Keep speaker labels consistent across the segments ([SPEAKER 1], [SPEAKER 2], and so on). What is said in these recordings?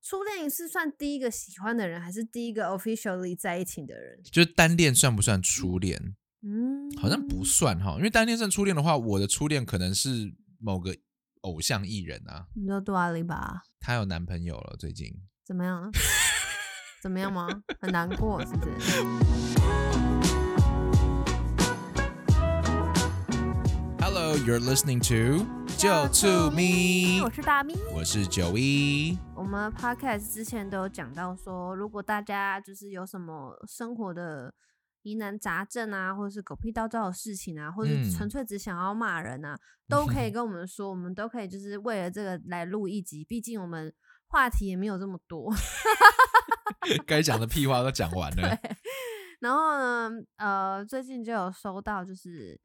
[SPEAKER 1] 初恋是算第一个喜欢的人，还是第一个 officially 在一起的人？
[SPEAKER 2] 就是单恋算不算初恋？
[SPEAKER 1] 嗯，
[SPEAKER 2] 好像不算哈，因为单恋算初恋的话，我的初恋可能是某个偶像艺人啊，
[SPEAKER 1] 嗯你说杜阿丽吧？
[SPEAKER 2] 她有男朋友了，最近
[SPEAKER 1] 怎么 样？怎么样吗？很难过是不 是？
[SPEAKER 2] Hello, you're listening to 就醋咪，
[SPEAKER 1] 我是大咪。
[SPEAKER 2] 我是九一，
[SPEAKER 1] 我们 podcast 之前都有讲到说，如果大家就是有什么生活的疑难杂症啊，或者是狗屁倒灶的事情啊，或者
[SPEAKER 2] 嗯
[SPEAKER 1] 是纯粹只想要骂人啊，都可 以跟我们说，我们都可以就是为了这个来录一集，毕竟我们话题也没有这么多。
[SPEAKER 2] 该讲的屁话都讲完了，
[SPEAKER 1] 然后呢，呃，最近就有收到就是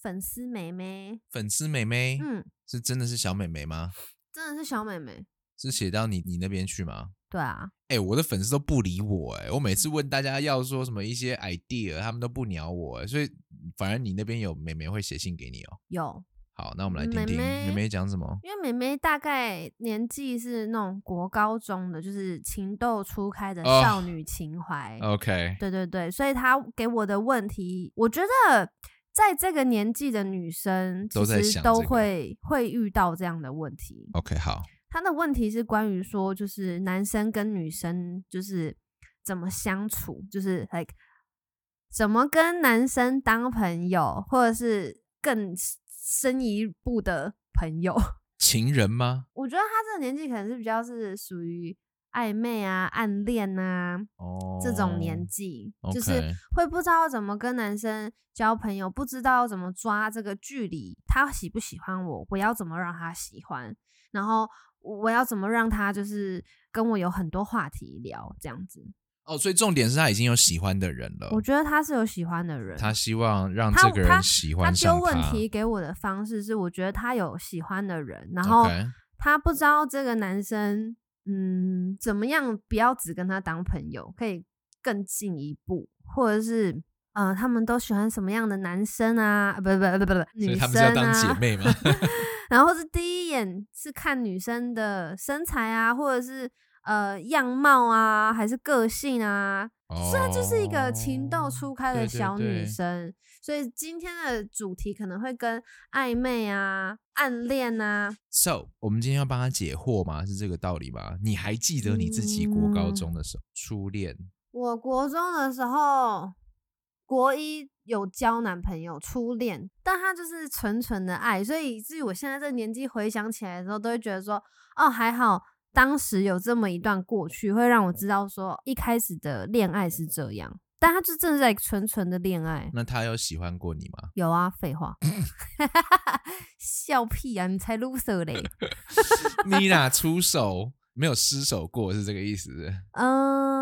[SPEAKER 1] 粉丝妹妹，
[SPEAKER 2] 粉丝妹妹、
[SPEAKER 1] 嗯，
[SPEAKER 2] 是真的是小妹妹吗？
[SPEAKER 1] 真的是小妹妹，
[SPEAKER 2] 是写到你你那边去吗？
[SPEAKER 1] 对啊，
[SPEAKER 2] 哎、我的粉丝都不理我哎、我每次问大家要说什么一些 idea，他们都不鸟我、哎所以反而你那边有妹妹会写信给你哦。
[SPEAKER 1] 有
[SPEAKER 2] 好，那我们来听
[SPEAKER 1] 妹
[SPEAKER 2] 听
[SPEAKER 1] 妹
[SPEAKER 2] 妹妹讲什么。
[SPEAKER 1] 因为妹妹大概年纪是那种国高中的，就是情窦初开的
[SPEAKER 2] 哦
[SPEAKER 1] 少女情怀。
[SPEAKER 2] OK，
[SPEAKER 1] 对对对，所以她给我的问题，我觉得在这个年纪的女生
[SPEAKER 2] 都
[SPEAKER 1] 其
[SPEAKER 2] 在
[SPEAKER 1] 实
[SPEAKER 2] 想
[SPEAKER 1] 都
[SPEAKER 2] 这个
[SPEAKER 1] 会、会遇到这样的问题。
[SPEAKER 2] OK，好，
[SPEAKER 1] 她的问题是关于说，就是男生跟女生就是怎么相处，就是 like 怎么跟男生当朋友，或者是更深一步的朋友。
[SPEAKER 2] 情人吗？
[SPEAKER 1] 我觉得他这个年纪可能是比较是属于暧昧啊、暗恋啊
[SPEAKER 2] 哦，
[SPEAKER 1] 这种年纪，
[SPEAKER 2] OK，
[SPEAKER 1] 就是会不知道怎么跟男生交朋友，不知道怎么抓这个距离，他喜不喜欢我，我要怎么让他喜欢，然后我要怎么让他就是跟我有很多话题聊这样子。
[SPEAKER 2] 哦，所以重点是他已经有喜欢的人了，
[SPEAKER 1] 我觉得他是有喜欢的人，
[SPEAKER 2] 哦他希望让
[SPEAKER 1] 他
[SPEAKER 2] 这个
[SPEAKER 1] 他
[SPEAKER 2] 人喜
[SPEAKER 1] 他
[SPEAKER 2] 欢
[SPEAKER 1] 丢
[SPEAKER 2] 上
[SPEAKER 1] 问题给我的方式是，我觉得他有喜欢的人，然后
[SPEAKER 2] OK，
[SPEAKER 1] 他不知道这个男生，嗯，怎么样不要只跟他当朋友，可以更进一步，或者是呃，他们都喜欢什么样的男生啊？啊不不不不不，
[SPEAKER 2] 所
[SPEAKER 1] 女
[SPEAKER 2] 以他
[SPEAKER 1] 生
[SPEAKER 2] 们是要当姐
[SPEAKER 1] 啊。
[SPEAKER 2] 妹吗？
[SPEAKER 1] 然后是第一眼是看女生的身材啊，或者是呃样貌啊，还是个性啊？虽然就是一个情窦初开
[SPEAKER 2] 哦对
[SPEAKER 1] 的
[SPEAKER 2] 对
[SPEAKER 1] 小女
[SPEAKER 2] 对
[SPEAKER 1] 生，所以今天的主题可能会跟暧昧啊、暗恋啊
[SPEAKER 2] So，我们今天要帮他解惑吗？是这个道理吗？你还记得你自己国高中
[SPEAKER 1] 嗯
[SPEAKER 2] 的时候、初恋？
[SPEAKER 1] 我国中的时候，国一有交男朋友，初恋，但他就是纯纯的爱，所以以至于我现在这个年纪回想起来的时候，都会觉得说，哦，还好当时有这么一段过去，会让我知道说一开始的恋爱是这样，但他就真的在纯纯的恋爱。
[SPEAKER 2] 那他有喜欢过你吗？
[SPEAKER 1] 有啊，废话，笑屁啊！你才 loser 嘞。
[SPEAKER 2] 你哪出手没有失手过？是这个意思？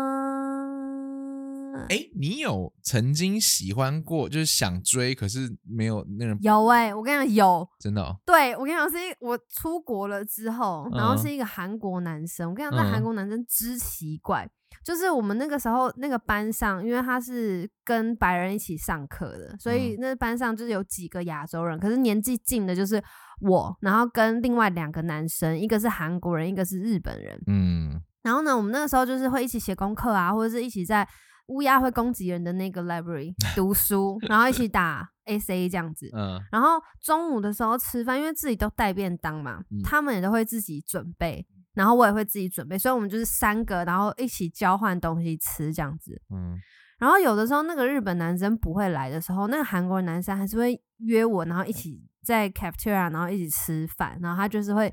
[SPEAKER 1] 嗯、
[SPEAKER 2] 哎、你有曾经喜欢过，就是想追，可是没有那人
[SPEAKER 1] 有哎、我跟你讲有，
[SPEAKER 2] 真的、哦、
[SPEAKER 1] 对我跟你讲，是因为我出国了之后，然后
[SPEAKER 2] 嗯
[SPEAKER 1] 是一个韩国男生。我跟你讲，那韩
[SPEAKER 2] 嗯
[SPEAKER 1] 国男生之奇怪，就是我们那个时候那个班上，因为他是跟白人一起上课的，所
[SPEAKER 2] 嗯
[SPEAKER 1] 以那班上就是有几个亚洲人，可是年纪近的就是我，然后跟另外两个男生，一个是韩国人，一个是日本人。
[SPEAKER 2] 嗯，
[SPEAKER 1] 然后呢，我们那个时候就是会一起写功课啊，或者是一起在乌鸦会攻击人的那个 library 读书，然后一起打 SA 这样子。
[SPEAKER 2] 嗯
[SPEAKER 1] 然后中午的时候吃饭，因为自己都带便当嘛，
[SPEAKER 2] 嗯
[SPEAKER 1] 他们也都会自己准备，然后我也会自己准备，所以我们就是三个，然后一起交换东西吃这样子。
[SPEAKER 2] 嗯，
[SPEAKER 1] 然后有的时候那个日本男生不会来的时候，那个韩国男生还是会约我，然后一起在 cafeteria，然后一起吃饭，然后他就是会。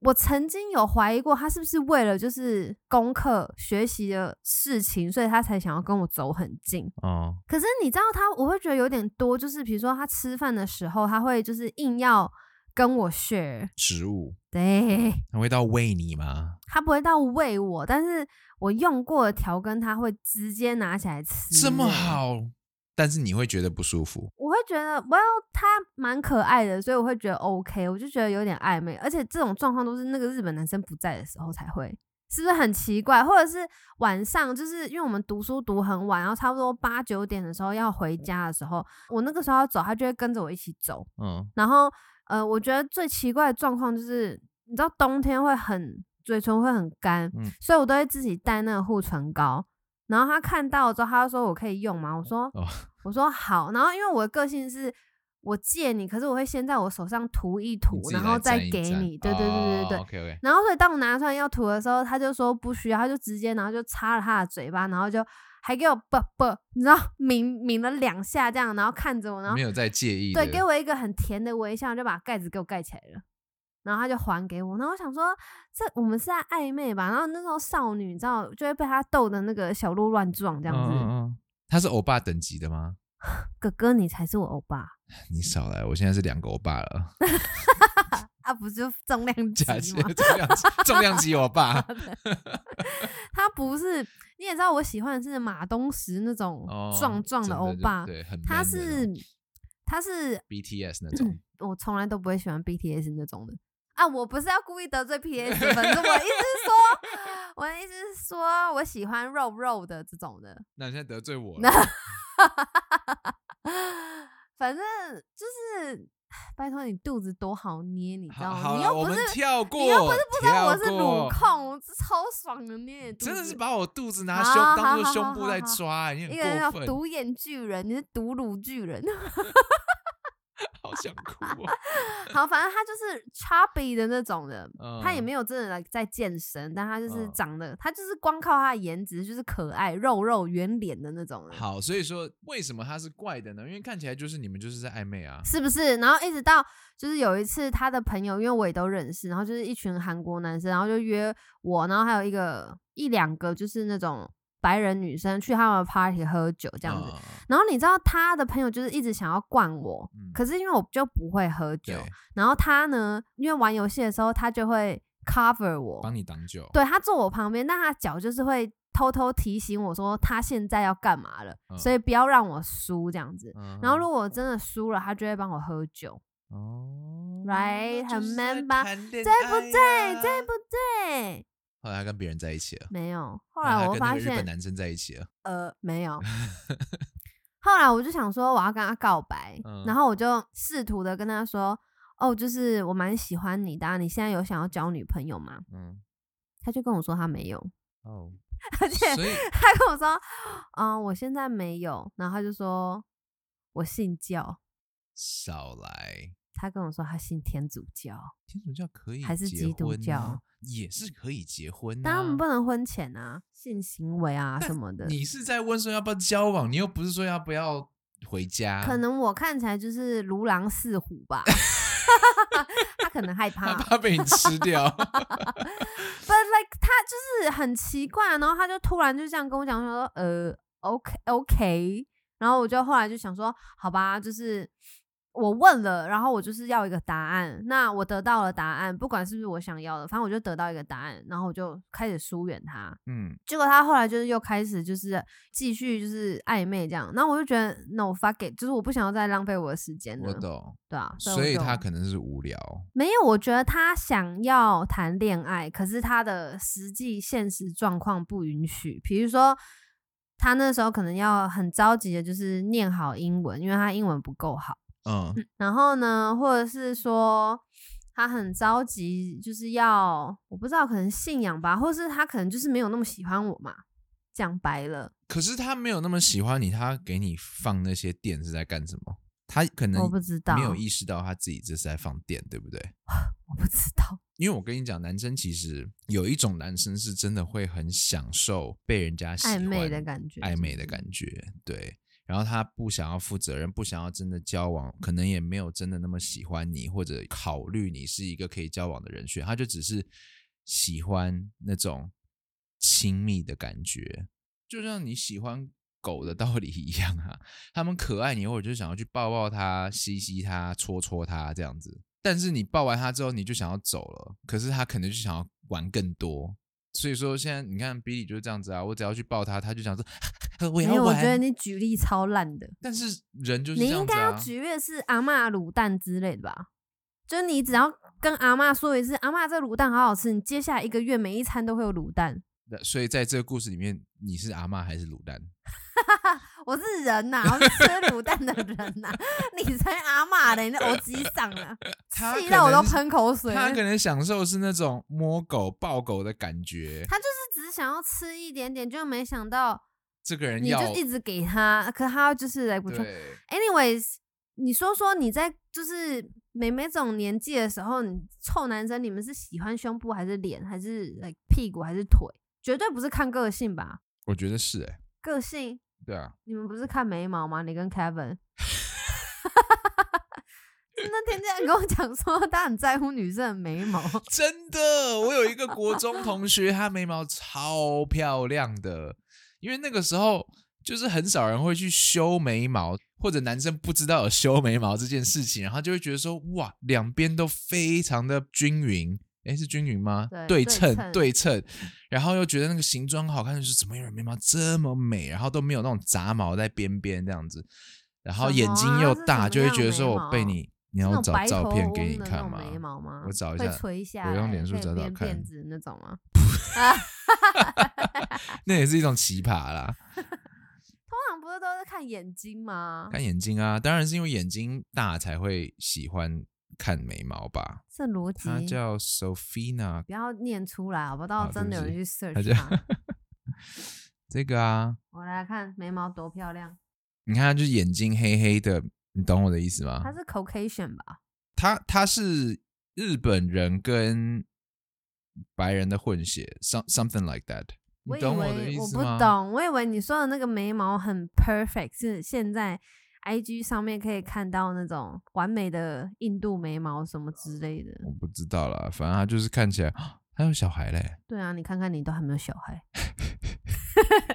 [SPEAKER 1] 我曾经有怀疑过，他是不是为了就是功课学习的事情，所以他才想要跟我走很近。
[SPEAKER 2] 哦，
[SPEAKER 1] 可是你知道他，我会觉得有点多，就是比如说他吃饭的时候，他会就是硬要跟我 share，
[SPEAKER 2] 植物，
[SPEAKER 1] 对
[SPEAKER 2] 他会到喂你吗？
[SPEAKER 1] 他不会到喂我，但是我用过的调羹他会直接拿起来吃，欸
[SPEAKER 2] 这么，好，但是你会觉得不舒服。
[SPEAKER 1] 我会觉得 well 他蛮可爱的，所以我会觉得 OK，我就觉得有点暧昧，而且这种状况都是那个日本男生不在的时候才会。是不是很奇怪？或者是晚上，就是因为我们读书读很晚，然后差不多八九点的时候要回家的时候，我那个时候要走，他就会跟着我一起走。
[SPEAKER 2] 嗯，
[SPEAKER 1] 然后呃，我觉得最奇怪的状况就是，你知道冬天会很嘴唇会很干，
[SPEAKER 2] 嗯
[SPEAKER 1] 所以我都会自己带那个护唇膏。然后他看到之后，他就说我可以用吗？我说、
[SPEAKER 2] 哦
[SPEAKER 1] 我说好。然后因为我的个性是，我借你，可是我会先在我手上涂一涂
[SPEAKER 2] 你自，己
[SPEAKER 1] 然后
[SPEAKER 2] 来
[SPEAKER 1] 再
[SPEAKER 2] 蘸一
[SPEAKER 1] 给
[SPEAKER 2] 蘸
[SPEAKER 1] 你。对对对对对。
[SPEAKER 2] 哦，OK OK，
[SPEAKER 1] 然后所以当我拿出来要涂的时候，他就说不需要，他就直接然后就擦了他的嘴巴，然后就还给我啵啵，你知道抿抿了两下这样，然后看着我，然后
[SPEAKER 2] 没有在介意的，
[SPEAKER 1] 对，给我一个很甜的微笑，就把盖子给我盖起来了。然后他就还给我，然后我想说，这我们是在暧昧吧？然后那时候少女，你知道，就会被他逗的那个小鹿乱撞这
[SPEAKER 2] 这
[SPEAKER 1] 样子。
[SPEAKER 2] 嗯他是欧巴等级的吗？
[SPEAKER 1] 哥哥，你才是我欧巴
[SPEAKER 2] 你少来，我现在是两个欧巴了，
[SPEAKER 1] 啊，不就重量级
[SPEAKER 2] 假期
[SPEAKER 1] 吗？
[SPEAKER 2] 重量级重量级 欧巴
[SPEAKER 1] 他不是，你也知道，我喜欢的是马东石那种
[SPEAKER 2] 哦，
[SPEAKER 1] 壮壮
[SPEAKER 2] 真
[SPEAKER 1] 欧
[SPEAKER 2] 就
[SPEAKER 1] 巴，
[SPEAKER 2] 对，哦很
[SPEAKER 1] 他
[SPEAKER 2] man 的那
[SPEAKER 1] 是嗯
[SPEAKER 2] 种
[SPEAKER 1] 他是
[SPEAKER 2] BTS 那种，
[SPEAKER 1] 我从来都不会喜欢 BTS 那种的啊！我不是要故意得罪 BTS 的粉丝，我的意思是说， 我的意思是说，我喜欢肉肉的这种的。
[SPEAKER 2] 那你现在得罪我了
[SPEAKER 1] 那，反正就是，拜托你肚子多好捏，你知道吗？
[SPEAKER 2] 好，好
[SPEAKER 1] 你
[SPEAKER 2] 了，
[SPEAKER 1] 又
[SPEAKER 2] 我
[SPEAKER 1] 不
[SPEAKER 2] 们
[SPEAKER 1] 是，
[SPEAKER 2] 跳过，
[SPEAKER 1] 你又不是不知道我是
[SPEAKER 2] 跳
[SPEAKER 1] 乳
[SPEAKER 2] 过
[SPEAKER 1] 控，这超爽的捏你肚子，
[SPEAKER 2] 真的是把我肚子拿
[SPEAKER 1] 好
[SPEAKER 2] 胸当
[SPEAKER 1] 好
[SPEAKER 2] 做
[SPEAKER 1] 好
[SPEAKER 2] 胸部在
[SPEAKER 1] 好好
[SPEAKER 2] 抓、你
[SPEAKER 1] 一个人
[SPEAKER 2] 很
[SPEAKER 1] 叫
[SPEAKER 2] 过分，
[SPEAKER 1] 独眼巨人，你是独乳巨人。
[SPEAKER 2] 好想哭、哦。
[SPEAKER 1] 好，反正他就是 chubby 的那种人，他也
[SPEAKER 2] 嗯
[SPEAKER 1] 没有真的来在健身，但他就是
[SPEAKER 2] 嗯
[SPEAKER 1] 长得，他就是光靠他的颜值就是可爱、肉肉、圆脸的那种人，
[SPEAKER 2] 好，所以说为什么他是怪的呢？因为看起来就是你们就是在暧昧啊。
[SPEAKER 1] 是不是？然后一直到就是有一次他的朋友，因为我也都认识，然后就是一群韩国男生，然后就约我，然后还有一个一两个就是那种白人女生去他们的 party 喝酒这
[SPEAKER 2] 这
[SPEAKER 1] 样子。
[SPEAKER 2] 嗯、
[SPEAKER 1] 然后你知道他的朋友就是一直想要灌我，
[SPEAKER 2] 嗯
[SPEAKER 1] 可是因为我就不会喝酒
[SPEAKER 2] 对，，
[SPEAKER 1] 然后他呢，因为玩游戏的时候他就会 cover 我，
[SPEAKER 2] 帮你挡酒。
[SPEAKER 1] 对他坐我旁边，但他脚就是会偷偷提醒我说他现在要干嘛了，
[SPEAKER 2] 嗯
[SPEAKER 1] 所以不要让我输这样子。
[SPEAKER 2] 嗯，
[SPEAKER 1] 然后如果我真的输了，他就会帮我喝酒，
[SPEAKER 2] 哦
[SPEAKER 1] Right，很
[SPEAKER 2] 那就是在
[SPEAKER 1] man 吧
[SPEAKER 2] 谈
[SPEAKER 1] 对
[SPEAKER 2] 恋
[SPEAKER 1] 不
[SPEAKER 2] 爱
[SPEAKER 1] 对？
[SPEAKER 2] 啊
[SPEAKER 1] 对哎不对？
[SPEAKER 2] 后来他跟别人在一起了，
[SPEAKER 1] 没有。后
[SPEAKER 2] 后
[SPEAKER 1] 来
[SPEAKER 2] 他
[SPEAKER 1] 我
[SPEAKER 2] 跟那
[SPEAKER 1] 发
[SPEAKER 2] 个日本
[SPEAKER 1] 现，
[SPEAKER 2] 男生在一起了。
[SPEAKER 1] 呃，没 有。后来我就想说我要跟他告白，
[SPEAKER 2] 嗯
[SPEAKER 1] 然后我就试图的跟他说，哦，就是我蛮喜欢你的、啊，你现在有想要交女朋友吗？
[SPEAKER 2] 嗯，
[SPEAKER 1] 他就跟我说他没有，
[SPEAKER 2] 哦，
[SPEAKER 1] 而且
[SPEAKER 2] 所以
[SPEAKER 1] 他跟我说，嗯，我现在没有。然后他就说我信教，
[SPEAKER 2] 少来。
[SPEAKER 1] 他跟我说他信天主教，
[SPEAKER 2] 天主教可以
[SPEAKER 1] 还是
[SPEAKER 2] 结
[SPEAKER 1] 基督
[SPEAKER 2] 婚
[SPEAKER 1] 教
[SPEAKER 2] 啊也是可以结婚、啊。
[SPEAKER 1] 当然我们不能婚前啊，性行为啊
[SPEAKER 2] 但
[SPEAKER 1] 什么的。
[SPEAKER 2] 你是在问说要不要交往，你又不是说要不要回家。
[SPEAKER 1] 可能我看起来就是如狼似虎吧，他可能害
[SPEAKER 2] 他
[SPEAKER 1] 怕。
[SPEAKER 2] 怕被 你吃掉。
[SPEAKER 1] But like 他就是很奇怪，然后他就突然就这样跟我讲说，呃，OK OK，然后我就后来就想说，好吧，就是我问了，然后我就是要一个答案，那我得到了答案，不管是不是我想要的，反正我就得到一个答案，然后我就开始疏远他。
[SPEAKER 2] 嗯，
[SPEAKER 1] 结果他后来就是又开始就是继续就是暧昧这样，然后我就觉得 no fuck it，就是我不想要再浪费我的时间
[SPEAKER 2] 我
[SPEAKER 1] 了，
[SPEAKER 2] 懂。
[SPEAKER 1] 对啊，所以我
[SPEAKER 2] 所以
[SPEAKER 1] 就
[SPEAKER 2] 他可能是无聊。
[SPEAKER 1] 没有，我觉得他想要谈恋爱，可是他的实际现实状况不允许。比如说，他那时候可能要很着急的，就是念好英文，因为他英文不够好。
[SPEAKER 2] 嗯，
[SPEAKER 1] 然后呢，或者是说他很着急，就是要我不知道，可能信仰吧，或是他可能就是没有那么喜欢我嘛。讲白了，
[SPEAKER 2] 可是他没有那么喜欢你，他给你放那些电是在干什么？他可能
[SPEAKER 1] 我不知道，
[SPEAKER 2] 没有意识到他自己这是在放电，对不对？
[SPEAKER 1] 我不知道。
[SPEAKER 2] 因为我跟你讲，男生其实有一种男生是真的会很享受被人家喜
[SPEAKER 1] 暧
[SPEAKER 2] 欢
[SPEAKER 1] 昧的感觉
[SPEAKER 2] 暧
[SPEAKER 1] 是
[SPEAKER 2] 昧
[SPEAKER 1] 不
[SPEAKER 2] 的
[SPEAKER 1] 是
[SPEAKER 2] 感觉，对。然后他不想要负责任，不想要真的交往，可能也没有真的那么喜欢你，或者考虑你是一个可以交往的人选，他就只是喜欢那种亲密的感觉，就像你喜欢狗的道理一样啊。他们可爱你，或者就想要去抱抱它、吸吸它、戳戳它这样子。但是你抱完它之后，你就想要走了，可是它可能就想要玩更多。所以说现在你看比利就是这样子啊，我只要去抱它，它就想说 我
[SPEAKER 1] 没
[SPEAKER 2] 要
[SPEAKER 1] 有，我觉得
[SPEAKER 2] 玩。
[SPEAKER 1] 你举例超烂的。
[SPEAKER 2] 但是人就是
[SPEAKER 1] 你
[SPEAKER 2] 这
[SPEAKER 1] 应
[SPEAKER 2] 样子
[SPEAKER 1] 该要
[SPEAKER 2] 啊，
[SPEAKER 1] 举例的是阿嬷卤蛋之类的吧？就是你只要跟阿嬷说一次，阿嬷这卤蛋好好吃，你接下来一个月每一餐都会有卤蛋。
[SPEAKER 2] 那所以在这个故事里面，你是阿嬷还是卤蛋？
[SPEAKER 1] 我是人呐、我是吃卤蛋的人呐、 你才阿骂的，你那我机上了，
[SPEAKER 2] 他
[SPEAKER 1] 气
[SPEAKER 2] 可
[SPEAKER 1] 到我都
[SPEAKER 2] 能是
[SPEAKER 1] 喷口水了。
[SPEAKER 2] 他可能享受是那种摸狗抱狗的感觉，
[SPEAKER 1] 他就是只是想要吃一点点，就没想到
[SPEAKER 2] 这个人
[SPEAKER 1] 你
[SPEAKER 2] 要
[SPEAKER 1] 就一直给他，可他就是来不去。
[SPEAKER 2] 对
[SPEAKER 1] Anyways，你说说你在就是妹妹这种年纪的时候，你臭男生你们是喜欢胸部还是脸还是 like, 屁股还是腿？绝对不是看个性吧？
[SPEAKER 2] 我觉得是哎、
[SPEAKER 1] 个性
[SPEAKER 2] 对啊，
[SPEAKER 1] 你们不是看眉毛吗？你跟 Kevin。那天竟然跟我讲说他很在乎女生的眉毛，
[SPEAKER 2] 真的，我有一个国中同学，她眉毛超漂亮的，因为那个时候就是很少人会去修眉毛，或者男生不知道有修眉毛这件事情，然后就会觉得说哇，两边都非常的均匀。诶，是均匀吗？
[SPEAKER 1] 对
[SPEAKER 2] 称
[SPEAKER 1] 对称
[SPEAKER 2] 对称，然后又觉得那个形状好看，就是怎么有人眉毛这么美，然后都没有那种杂毛在边边这样子，然后
[SPEAKER 1] 什
[SPEAKER 2] 眼
[SPEAKER 1] 么
[SPEAKER 2] 睛
[SPEAKER 1] 啊
[SPEAKER 2] 又
[SPEAKER 1] 这是
[SPEAKER 2] 大，
[SPEAKER 1] 什
[SPEAKER 2] 就
[SPEAKER 1] 么
[SPEAKER 2] 会
[SPEAKER 1] 样
[SPEAKER 2] 觉得
[SPEAKER 1] 眉
[SPEAKER 2] 说我被
[SPEAKER 1] 毛
[SPEAKER 2] 你，你
[SPEAKER 1] 那
[SPEAKER 2] 要
[SPEAKER 1] 种
[SPEAKER 2] 找
[SPEAKER 1] 白
[SPEAKER 2] 照
[SPEAKER 1] 头
[SPEAKER 2] 片
[SPEAKER 1] 翁
[SPEAKER 2] 给你
[SPEAKER 1] 的那
[SPEAKER 2] 看
[SPEAKER 1] 种
[SPEAKER 2] 吗？
[SPEAKER 1] 眉毛吗？
[SPEAKER 2] 我找一
[SPEAKER 1] 会
[SPEAKER 2] 下
[SPEAKER 1] 垂下来，
[SPEAKER 2] 我用脸书
[SPEAKER 1] 可以
[SPEAKER 2] 找找
[SPEAKER 1] 编
[SPEAKER 2] 看
[SPEAKER 1] 辫子那种吗？
[SPEAKER 2] 那也是一种奇葩啦，
[SPEAKER 1] 通常不是都是看眼睛吗？
[SPEAKER 2] 看眼睛啊，当然是因为眼睛大才会喜欢看眉毛吧。
[SPEAKER 1] 这逻
[SPEAKER 2] 她
[SPEAKER 1] 辑
[SPEAKER 2] 叫 Sophina，
[SPEAKER 1] 不要念出来，好不到
[SPEAKER 2] 好
[SPEAKER 1] 真的
[SPEAKER 2] 啊对
[SPEAKER 1] 有
[SPEAKER 2] 不
[SPEAKER 1] 人去
[SPEAKER 2] 她
[SPEAKER 1] search
[SPEAKER 2] 叫
[SPEAKER 1] 它。
[SPEAKER 2] 这个啊，
[SPEAKER 1] 我来看眉毛多漂亮，
[SPEAKER 2] 你看她就是眼睛黑黑的，你懂我的意思吗
[SPEAKER 1] 它？是 Caucasian 吧？
[SPEAKER 2] 她她是日本人跟白人的混血，some something like that。
[SPEAKER 1] 我以
[SPEAKER 2] 你懂我的
[SPEAKER 1] 为
[SPEAKER 2] 意
[SPEAKER 1] 我
[SPEAKER 2] 思
[SPEAKER 1] 不
[SPEAKER 2] 吗？
[SPEAKER 1] 懂，我以为你说的那个眉毛很 perfect，是现在 IG 上面可以看到那种完美的印度眉毛什么之类的。
[SPEAKER 2] 我不知道啦，反正她就是看起来，她有小孩嘞。
[SPEAKER 1] 对啊，你看看你都还没有小孩。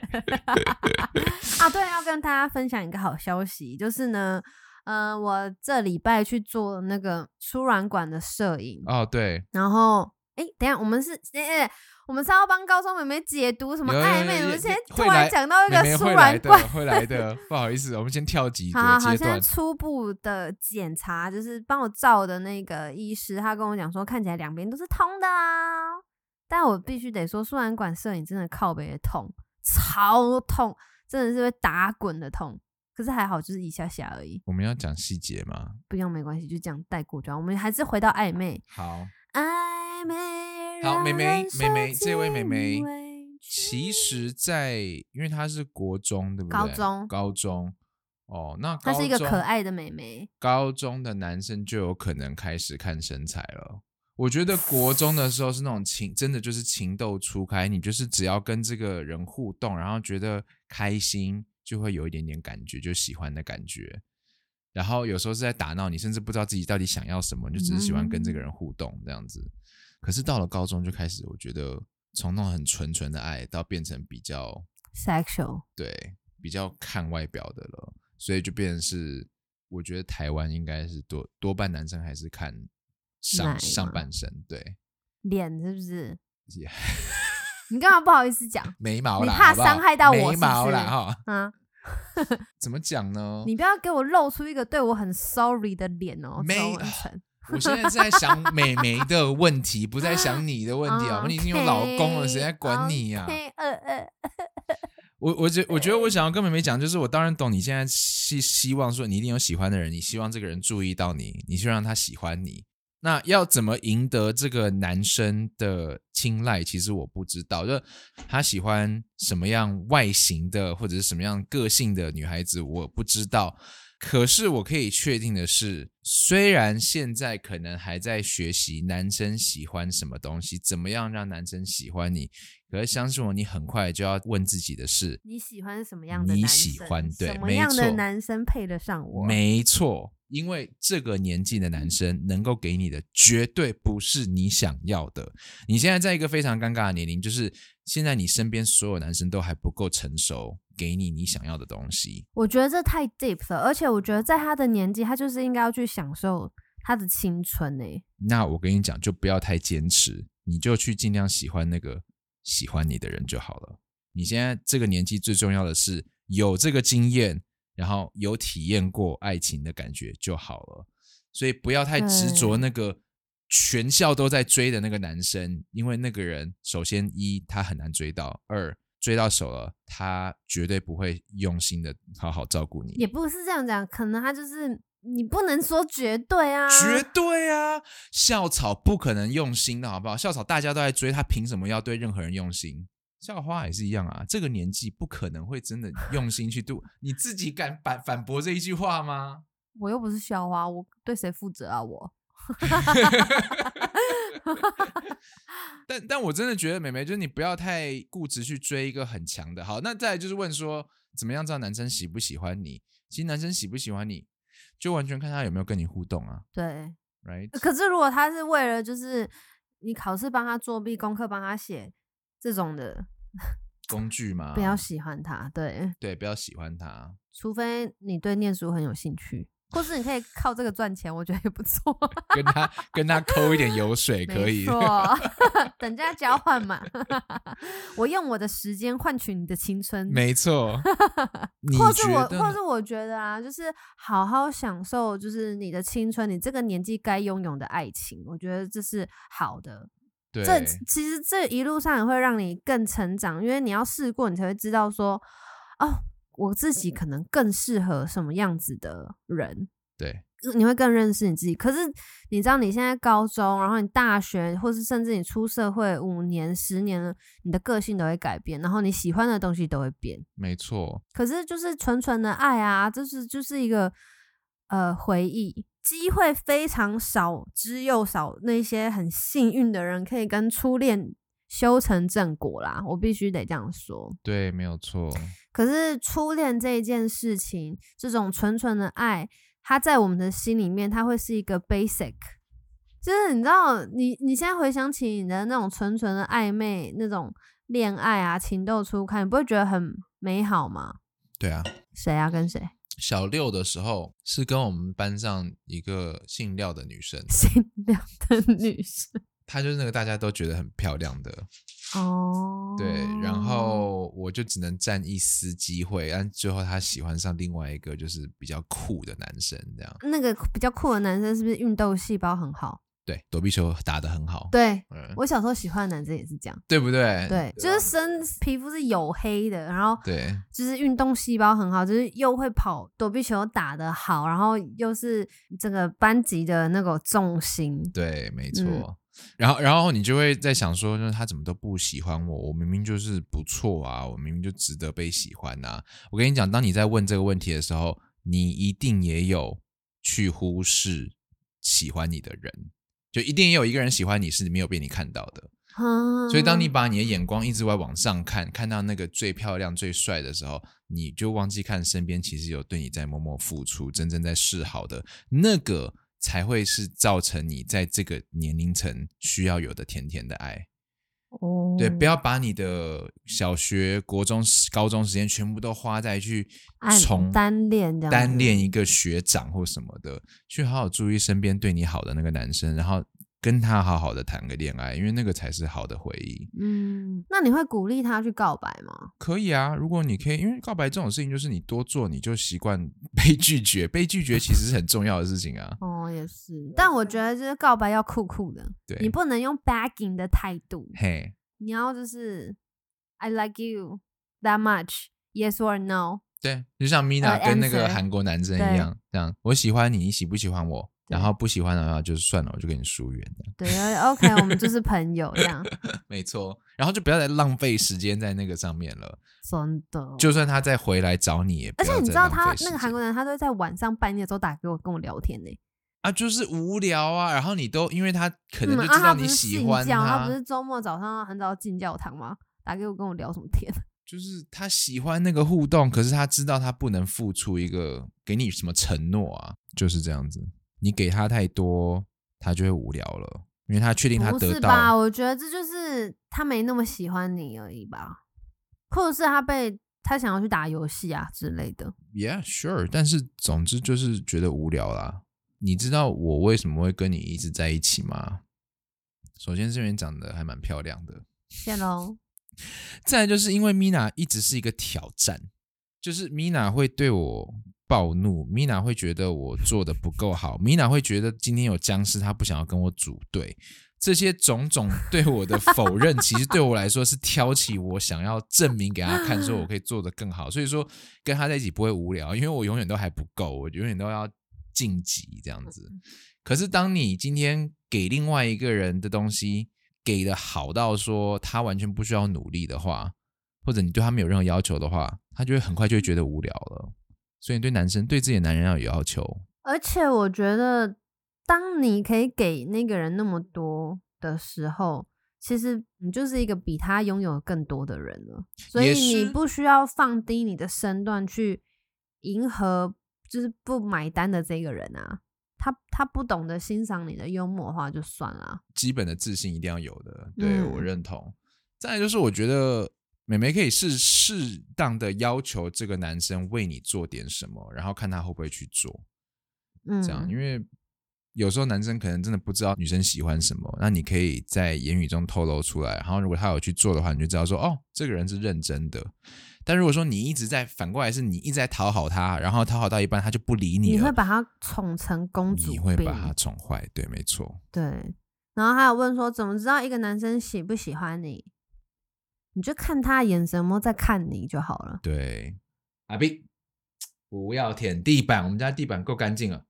[SPEAKER 1] 啊，对，要跟大家分享一个好消息，就是呢，呃，我这礼拜去做那个输卵管的摄影，
[SPEAKER 2] 哦，对，
[SPEAKER 1] 然后，哎，等一下我们是，哎哎，我们是要帮高中妹妹解读什么
[SPEAKER 2] 有有
[SPEAKER 1] 暧
[SPEAKER 2] 有
[SPEAKER 1] 昧，
[SPEAKER 2] 有
[SPEAKER 1] 我
[SPEAKER 2] 有
[SPEAKER 1] 们现在
[SPEAKER 2] 有
[SPEAKER 1] 突
[SPEAKER 2] 会
[SPEAKER 1] 然
[SPEAKER 2] 来
[SPEAKER 1] 讲到一
[SPEAKER 2] 妹
[SPEAKER 1] 个
[SPEAKER 2] 妹
[SPEAKER 1] 输
[SPEAKER 2] 会来
[SPEAKER 1] 卵管
[SPEAKER 2] 的，会来的，不好意思，我们先跳几
[SPEAKER 1] 好好
[SPEAKER 2] 个
[SPEAKER 1] 好，
[SPEAKER 2] 阶
[SPEAKER 1] 现在
[SPEAKER 2] 段。
[SPEAKER 1] 初步的检查就是帮我照的那个医师，他跟我讲说看起来两边都是通的啊，但我必须得说，输卵管摄影真的靠北的痛，超痛，真的是会打滚的痛。可是还好，就是一下下而已，
[SPEAKER 2] 我们要讲细节吗？
[SPEAKER 1] 不用没关系，就这样带过就好。我们还是回到暧昧，
[SPEAKER 2] 好，
[SPEAKER 1] 暧昧。
[SPEAKER 2] 好妹妹妹妹这位妹
[SPEAKER 1] 妹
[SPEAKER 2] 妹
[SPEAKER 1] 妹，
[SPEAKER 2] 其实在，因为她是国中，对不对？
[SPEAKER 1] 高中
[SPEAKER 2] 高中，哦，那
[SPEAKER 1] 她
[SPEAKER 2] 高
[SPEAKER 1] 是一个
[SPEAKER 2] 中
[SPEAKER 1] 可爱的妹妹，
[SPEAKER 2] 高中的男生就有可能开始看身材了。我觉得国中的时候是那种情，真的就是情窦初开，你就是只要跟这个人互动，然后觉得开心，就会有一点点感觉，就喜欢的感觉。然后有时候是在打闹，你甚至不知道自己到底想要什么，你就只是喜欢跟这个人互动这样子。可是到了高中就开始，我觉得从那种很纯纯的爱到变成比较
[SPEAKER 1] sexual
[SPEAKER 2] 对比较看外表的了，所以就变成是，我觉得台湾应该是多多半男生还是看
[SPEAKER 1] 奶
[SPEAKER 2] 上
[SPEAKER 1] 吗
[SPEAKER 2] 上半身，对，
[SPEAKER 1] 脸是不是？
[SPEAKER 2] 也
[SPEAKER 1] 你干嘛不好意思讲？
[SPEAKER 2] 眉毛
[SPEAKER 1] 你
[SPEAKER 2] 啦，
[SPEAKER 1] 怕
[SPEAKER 2] 好不好
[SPEAKER 1] 伤害到我
[SPEAKER 2] 眉
[SPEAKER 1] 是不
[SPEAKER 2] 毛
[SPEAKER 1] 是
[SPEAKER 2] 啦哈，
[SPEAKER 1] 啊，
[SPEAKER 2] 怎么讲呢？
[SPEAKER 1] 你不要给我露出一个对我很 sorry 的脸哦，
[SPEAKER 2] 没
[SPEAKER 1] 周文成。
[SPEAKER 2] 我现在是在想美眉的问题，不在想你的问题啊，你已经有老公了，谁 在管你哎啊呀、
[SPEAKER 1] OK，呃呃，
[SPEAKER 2] 我我觉我觉得我想要跟妹妹讲，就是我当然懂你现在希希望说你一定有喜欢的人，你希望这个人注意到你，你就让他喜欢你。那要怎么赢得这个男生的青睐？其实我不知道，就他喜欢什么样外形的，或者是什么样个性的女孩子，我不知道。可是我可以确定的是，虽然现在可能还在学习男生喜欢什么东西，怎么样让男生喜欢你，可是相信我，你很快就要问自己的是，
[SPEAKER 1] 你喜欢什么样的
[SPEAKER 2] 你
[SPEAKER 1] 男生？
[SPEAKER 2] 喜欢对
[SPEAKER 1] 什么
[SPEAKER 2] 没
[SPEAKER 1] 样的
[SPEAKER 2] 错
[SPEAKER 1] 男生配得上我？
[SPEAKER 2] 没错，因为这个年纪的男生能够给你的绝对不是你想要的。你现在在一个非常尴尬的年龄，就是现在你身边所有男生都还不够成熟，给你你想要的东西。
[SPEAKER 1] 我觉得这太 deep 了，而且我觉得在他的年纪，他就是应该要去享受他的青春欸诶、
[SPEAKER 2] 那我跟你讲，就不要太坚持，你就去尽量喜欢那个喜欢你的人就好了。你现在这个年纪，最重要的是有这个经验，然后有体验过爱情的感觉就好了。所以不要太执着
[SPEAKER 1] 对
[SPEAKER 2] 那个全校都在追的那个男生，因为那个人首先一他很难追到，二追到手了，他绝对不会用心的好好照顾你。
[SPEAKER 1] 也不是这样讲，可能他就是你不能说绝对啊，
[SPEAKER 2] 绝对啊，校草不可能用心的，好不好？校草大家都在追，他凭什么要对任何人用心？校花也是一样啊，这个年纪不可能会真的用心去度。你自己敢反反驳这一句话吗？
[SPEAKER 1] 我又不是校花，我对谁负责啊？我
[SPEAKER 2] 但但我真的觉得，美眉就是你不要太固执去追一个很强的。好，那再来就是问说，怎么样知道男生喜不喜欢你？其实男生喜不喜欢你，就完全看他有没有跟你互动啊
[SPEAKER 1] 对，
[SPEAKER 2] ，right？
[SPEAKER 1] 可是如果他是为了就是你考试帮他作弊，功课帮他写这种的，
[SPEAKER 2] 工具嘛，
[SPEAKER 1] 不要喜欢他，对，
[SPEAKER 2] 对，不要喜欢他。
[SPEAKER 1] 除非你对念书很有兴趣，或是你可以靠这个赚钱，我觉得也不 错。
[SPEAKER 2] 跟他跟他抠一点油水
[SPEAKER 1] 没
[SPEAKER 2] 可以。
[SPEAKER 1] 错，等价交换嘛， 我用我的时间换取你的青春，
[SPEAKER 2] 没 错，你
[SPEAKER 1] 嗯或是
[SPEAKER 2] 觉
[SPEAKER 1] 我，
[SPEAKER 2] 得
[SPEAKER 1] 或
[SPEAKER 2] 呢
[SPEAKER 1] 是我觉得啊，就是好好享受，就是你的青春，你这个年纪该拥有的爱情，我觉得这是好的。
[SPEAKER 2] 对
[SPEAKER 1] 这其实这一路上也会让你更成长，因为你要试过，你才会知道说，哦，我自
[SPEAKER 2] 嗯
[SPEAKER 1] 己可能更适合什么样子的人。
[SPEAKER 2] 对
[SPEAKER 1] 你会更认识你自己。可是你知道，你现在高中，然后你大学，或是甚至你出社会五年、十年了，你的个性都会改变，然后你喜欢的东西都会变。
[SPEAKER 2] 没错，
[SPEAKER 1] 可是就是纯纯的爱啊，就是就是一个呃回忆，机会非常少之又少，那些很幸运的人可以跟初恋修成正果啦，我必须得这样说。
[SPEAKER 2] 对，没有错，
[SPEAKER 1] 可是初恋这一件事情，这种纯纯的爱，它在我们的心里面，它会是一个 basic。就是你知道，你你现在回想起你的那种纯纯的暧昧、那种恋爱啊、情窦初开，你不会觉得很美好吗？
[SPEAKER 2] 对啊。
[SPEAKER 1] 谁啊？跟谁？
[SPEAKER 2] 小六的时候是跟我们班上一个姓廖的女生，
[SPEAKER 1] 性亮的女生
[SPEAKER 2] 她就是那个大家都觉得很漂亮的，
[SPEAKER 1] 哦，
[SPEAKER 2] 对。然后我就只能占一丝机会，但最后她喜欢上另外一个就是比较酷的男生，这样。
[SPEAKER 1] 那个比较酷的男生是不是运动细胞很好？
[SPEAKER 2] 对，躲避球打得很好，
[SPEAKER 1] 对
[SPEAKER 2] 嗯，
[SPEAKER 1] 我小时候喜欢的男生也是这样，
[SPEAKER 2] 对不对？啊
[SPEAKER 1] 对，就是身皮肤是黝黑的，然后
[SPEAKER 2] 对
[SPEAKER 1] 就是运动细胞很好，就是又会跑，躲避球打得好，然后又是这个班级的那个重心。
[SPEAKER 2] 对，没错。
[SPEAKER 1] 嗯
[SPEAKER 2] 然后，然后你就会在想说，就是他怎么都不喜欢我？我明明就是不错啊，我明明就值得被喜欢呐、我跟你讲，当你在问这个问题的时候，你一定也有去忽视喜欢你的人，就一定也有一个人喜欢你是没有被你看到的。
[SPEAKER 1] 啊
[SPEAKER 2] 所以，当
[SPEAKER 1] 嗯
[SPEAKER 2] 你把你的眼光一直往往上看，看到那个最漂亮、最帅的时候，你就忘记看身边其实有对你在默默付出、真正在示好的那个，才会是造成你在这个年龄层需要有的甜甜的爱。
[SPEAKER 1] 哦
[SPEAKER 2] 对，不要把你的小学、国中、高中时间全部都花在去
[SPEAKER 1] 暗
[SPEAKER 2] 从
[SPEAKER 1] 啊单恋这样子
[SPEAKER 2] 单恋一个学长或什么的，去好好注意身边对你好的那个男生，然后跟他好好的谈个恋爱，因为那个才是好的回忆。
[SPEAKER 1] 嗯，那你会鼓励他去告白吗？
[SPEAKER 2] 可以啊，如果你可以，因为告白这种事情就是你多做，你就习惯 被拒绝。被拒绝其实是很重要的事情啊。
[SPEAKER 1] 哦，也是，但我觉得就是告白要酷酷的，你
[SPEAKER 2] 对，
[SPEAKER 1] 不能用 begging 的态度，
[SPEAKER 2] 嘿，
[SPEAKER 1] 你要就是 I like you that much, yes or no。
[SPEAKER 2] 对，就像 Mina
[SPEAKER 1] 呃
[SPEAKER 2] 跟那个
[SPEAKER 1] answer
[SPEAKER 2] 韩国男生一样，这样我喜欢你，你喜不喜欢我？
[SPEAKER 1] 对
[SPEAKER 2] 然后不喜欢的话，就是算了，我就跟你疏远这样。
[SPEAKER 1] 对，OK，我呃们就是朋友这样，
[SPEAKER 2] 没错，然后就不要再浪费时间在那个上面了。
[SPEAKER 1] 真的。
[SPEAKER 2] 就算他再回来找你，也不
[SPEAKER 1] 而且
[SPEAKER 2] 要
[SPEAKER 1] 你
[SPEAKER 2] 再
[SPEAKER 1] 知道
[SPEAKER 2] 浪
[SPEAKER 1] 他
[SPEAKER 2] 费时
[SPEAKER 1] 那
[SPEAKER 2] 间
[SPEAKER 1] 个韩国人，他都会在晚上半夜的时候打给我跟我聊天呢、
[SPEAKER 2] 啊，就是无聊啊，然后你都因为他可
[SPEAKER 1] 嗯，
[SPEAKER 2] 能
[SPEAKER 1] 啊，
[SPEAKER 2] 就知道
[SPEAKER 1] 他不
[SPEAKER 2] 你
[SPEAKER 1] 是
[SPEAKER 2] 喜
[SPEAKER 1] 信
[SPEAKER 2] 欢
[SPEAKER 1] 教，他不是周末早上很早进教堂吗？打给我跟我聊什么天？
[SPEAKER 2] 就是他喜欢那个互动，可是他知道他不能付出一个给你什么承诺啊，就是这样子。你给他太多，他就会无聊了，因为他确定他
[SPEAKER 1] 不
[SPEAKER 2] 得
[SPEAKER 1] 是吧？
[SPEAKER 2] 到。
[SPEAKER 1] 我觉得这就是他没那么喜欢你而已吧，或者是他被他想要去打游戏啊之类的。
[SPEAKER 2] Yeah, sure，但是总之就是觉得无聊啦。你知道我为什么会跟你一直在一起吗？首先是因为你长得还蛮漂亮的，
[SPEAKER 1] 谢龙，
[SPEAKER 2] 再来就是因为 Mina 一直是一个挑战，就是 Mina 会对我暴怒，Mina 会觉得我做的不够好，Mina 会觉得今天有僵尸，他不想要跟我组队。这些种种对我的否认，其实对我来说是挑起我想要证明给他看，说我可以做得更好。所以说跟他在一起不会无聊，因为我永远都还不够，我永远都要晋级这样子。可是当你今天给另外一个人的东西给的好到说他完全不需要努力的话，或者你对他没有任何要求的话，他就会很快就会觉得无聊了。所以你对男生对自己的男人要有要求，
[SPEAKER 1] 而且我觉得，当你可以给那个人那么多的时候，其实你就是一个比他拥有更多的人了，所以
[SPEAKER 2] 也
[SPEAKER 1] 你
[SPEAKER 2] 是
[SPEAKER 1] 不需要放低你的身段去迎合，就是不买单的这个人啊。他他不懂得欣赏你的幽默的话就算了啊，
[SPEAKER 2] 基本的自信一定要有的。对、
[SPEAKER 1] 嗯
[SPEAKER 2] 我认同。再来就是我觉得美眉可以适适当的要求这个男生为你做点什么，然后看他会不会去做。
[SPEAKER 1] 嗯，
[SPEAKER 2] 这样，因为有时候男生可能真的不知道女生喜欢什么，那你可以在言语中透露出来，然后如果他有去做的话，你就知道说哦，这个人是认真的。但如果说你一直在反过来是你一直在讨好他，然后讨好到一半他就不理
[SPEAKER 1] 你
[SPEAKER 2] 了，
[SPEAKER 1] 会把他宠成公主
[SPEAKER 2] 你
[SPEAKER 1] 病，
[SPEAKER 2] 会把他宠坏，对，没错。
[SPEAKER 1] 对，然后还有问说，怎么知道一个男生喜不喜欢你？你就看他眼神有没有在看你就好了。
[SPEAKER 2] 对，阿斌，不要舔地板，我们家地板够干净了。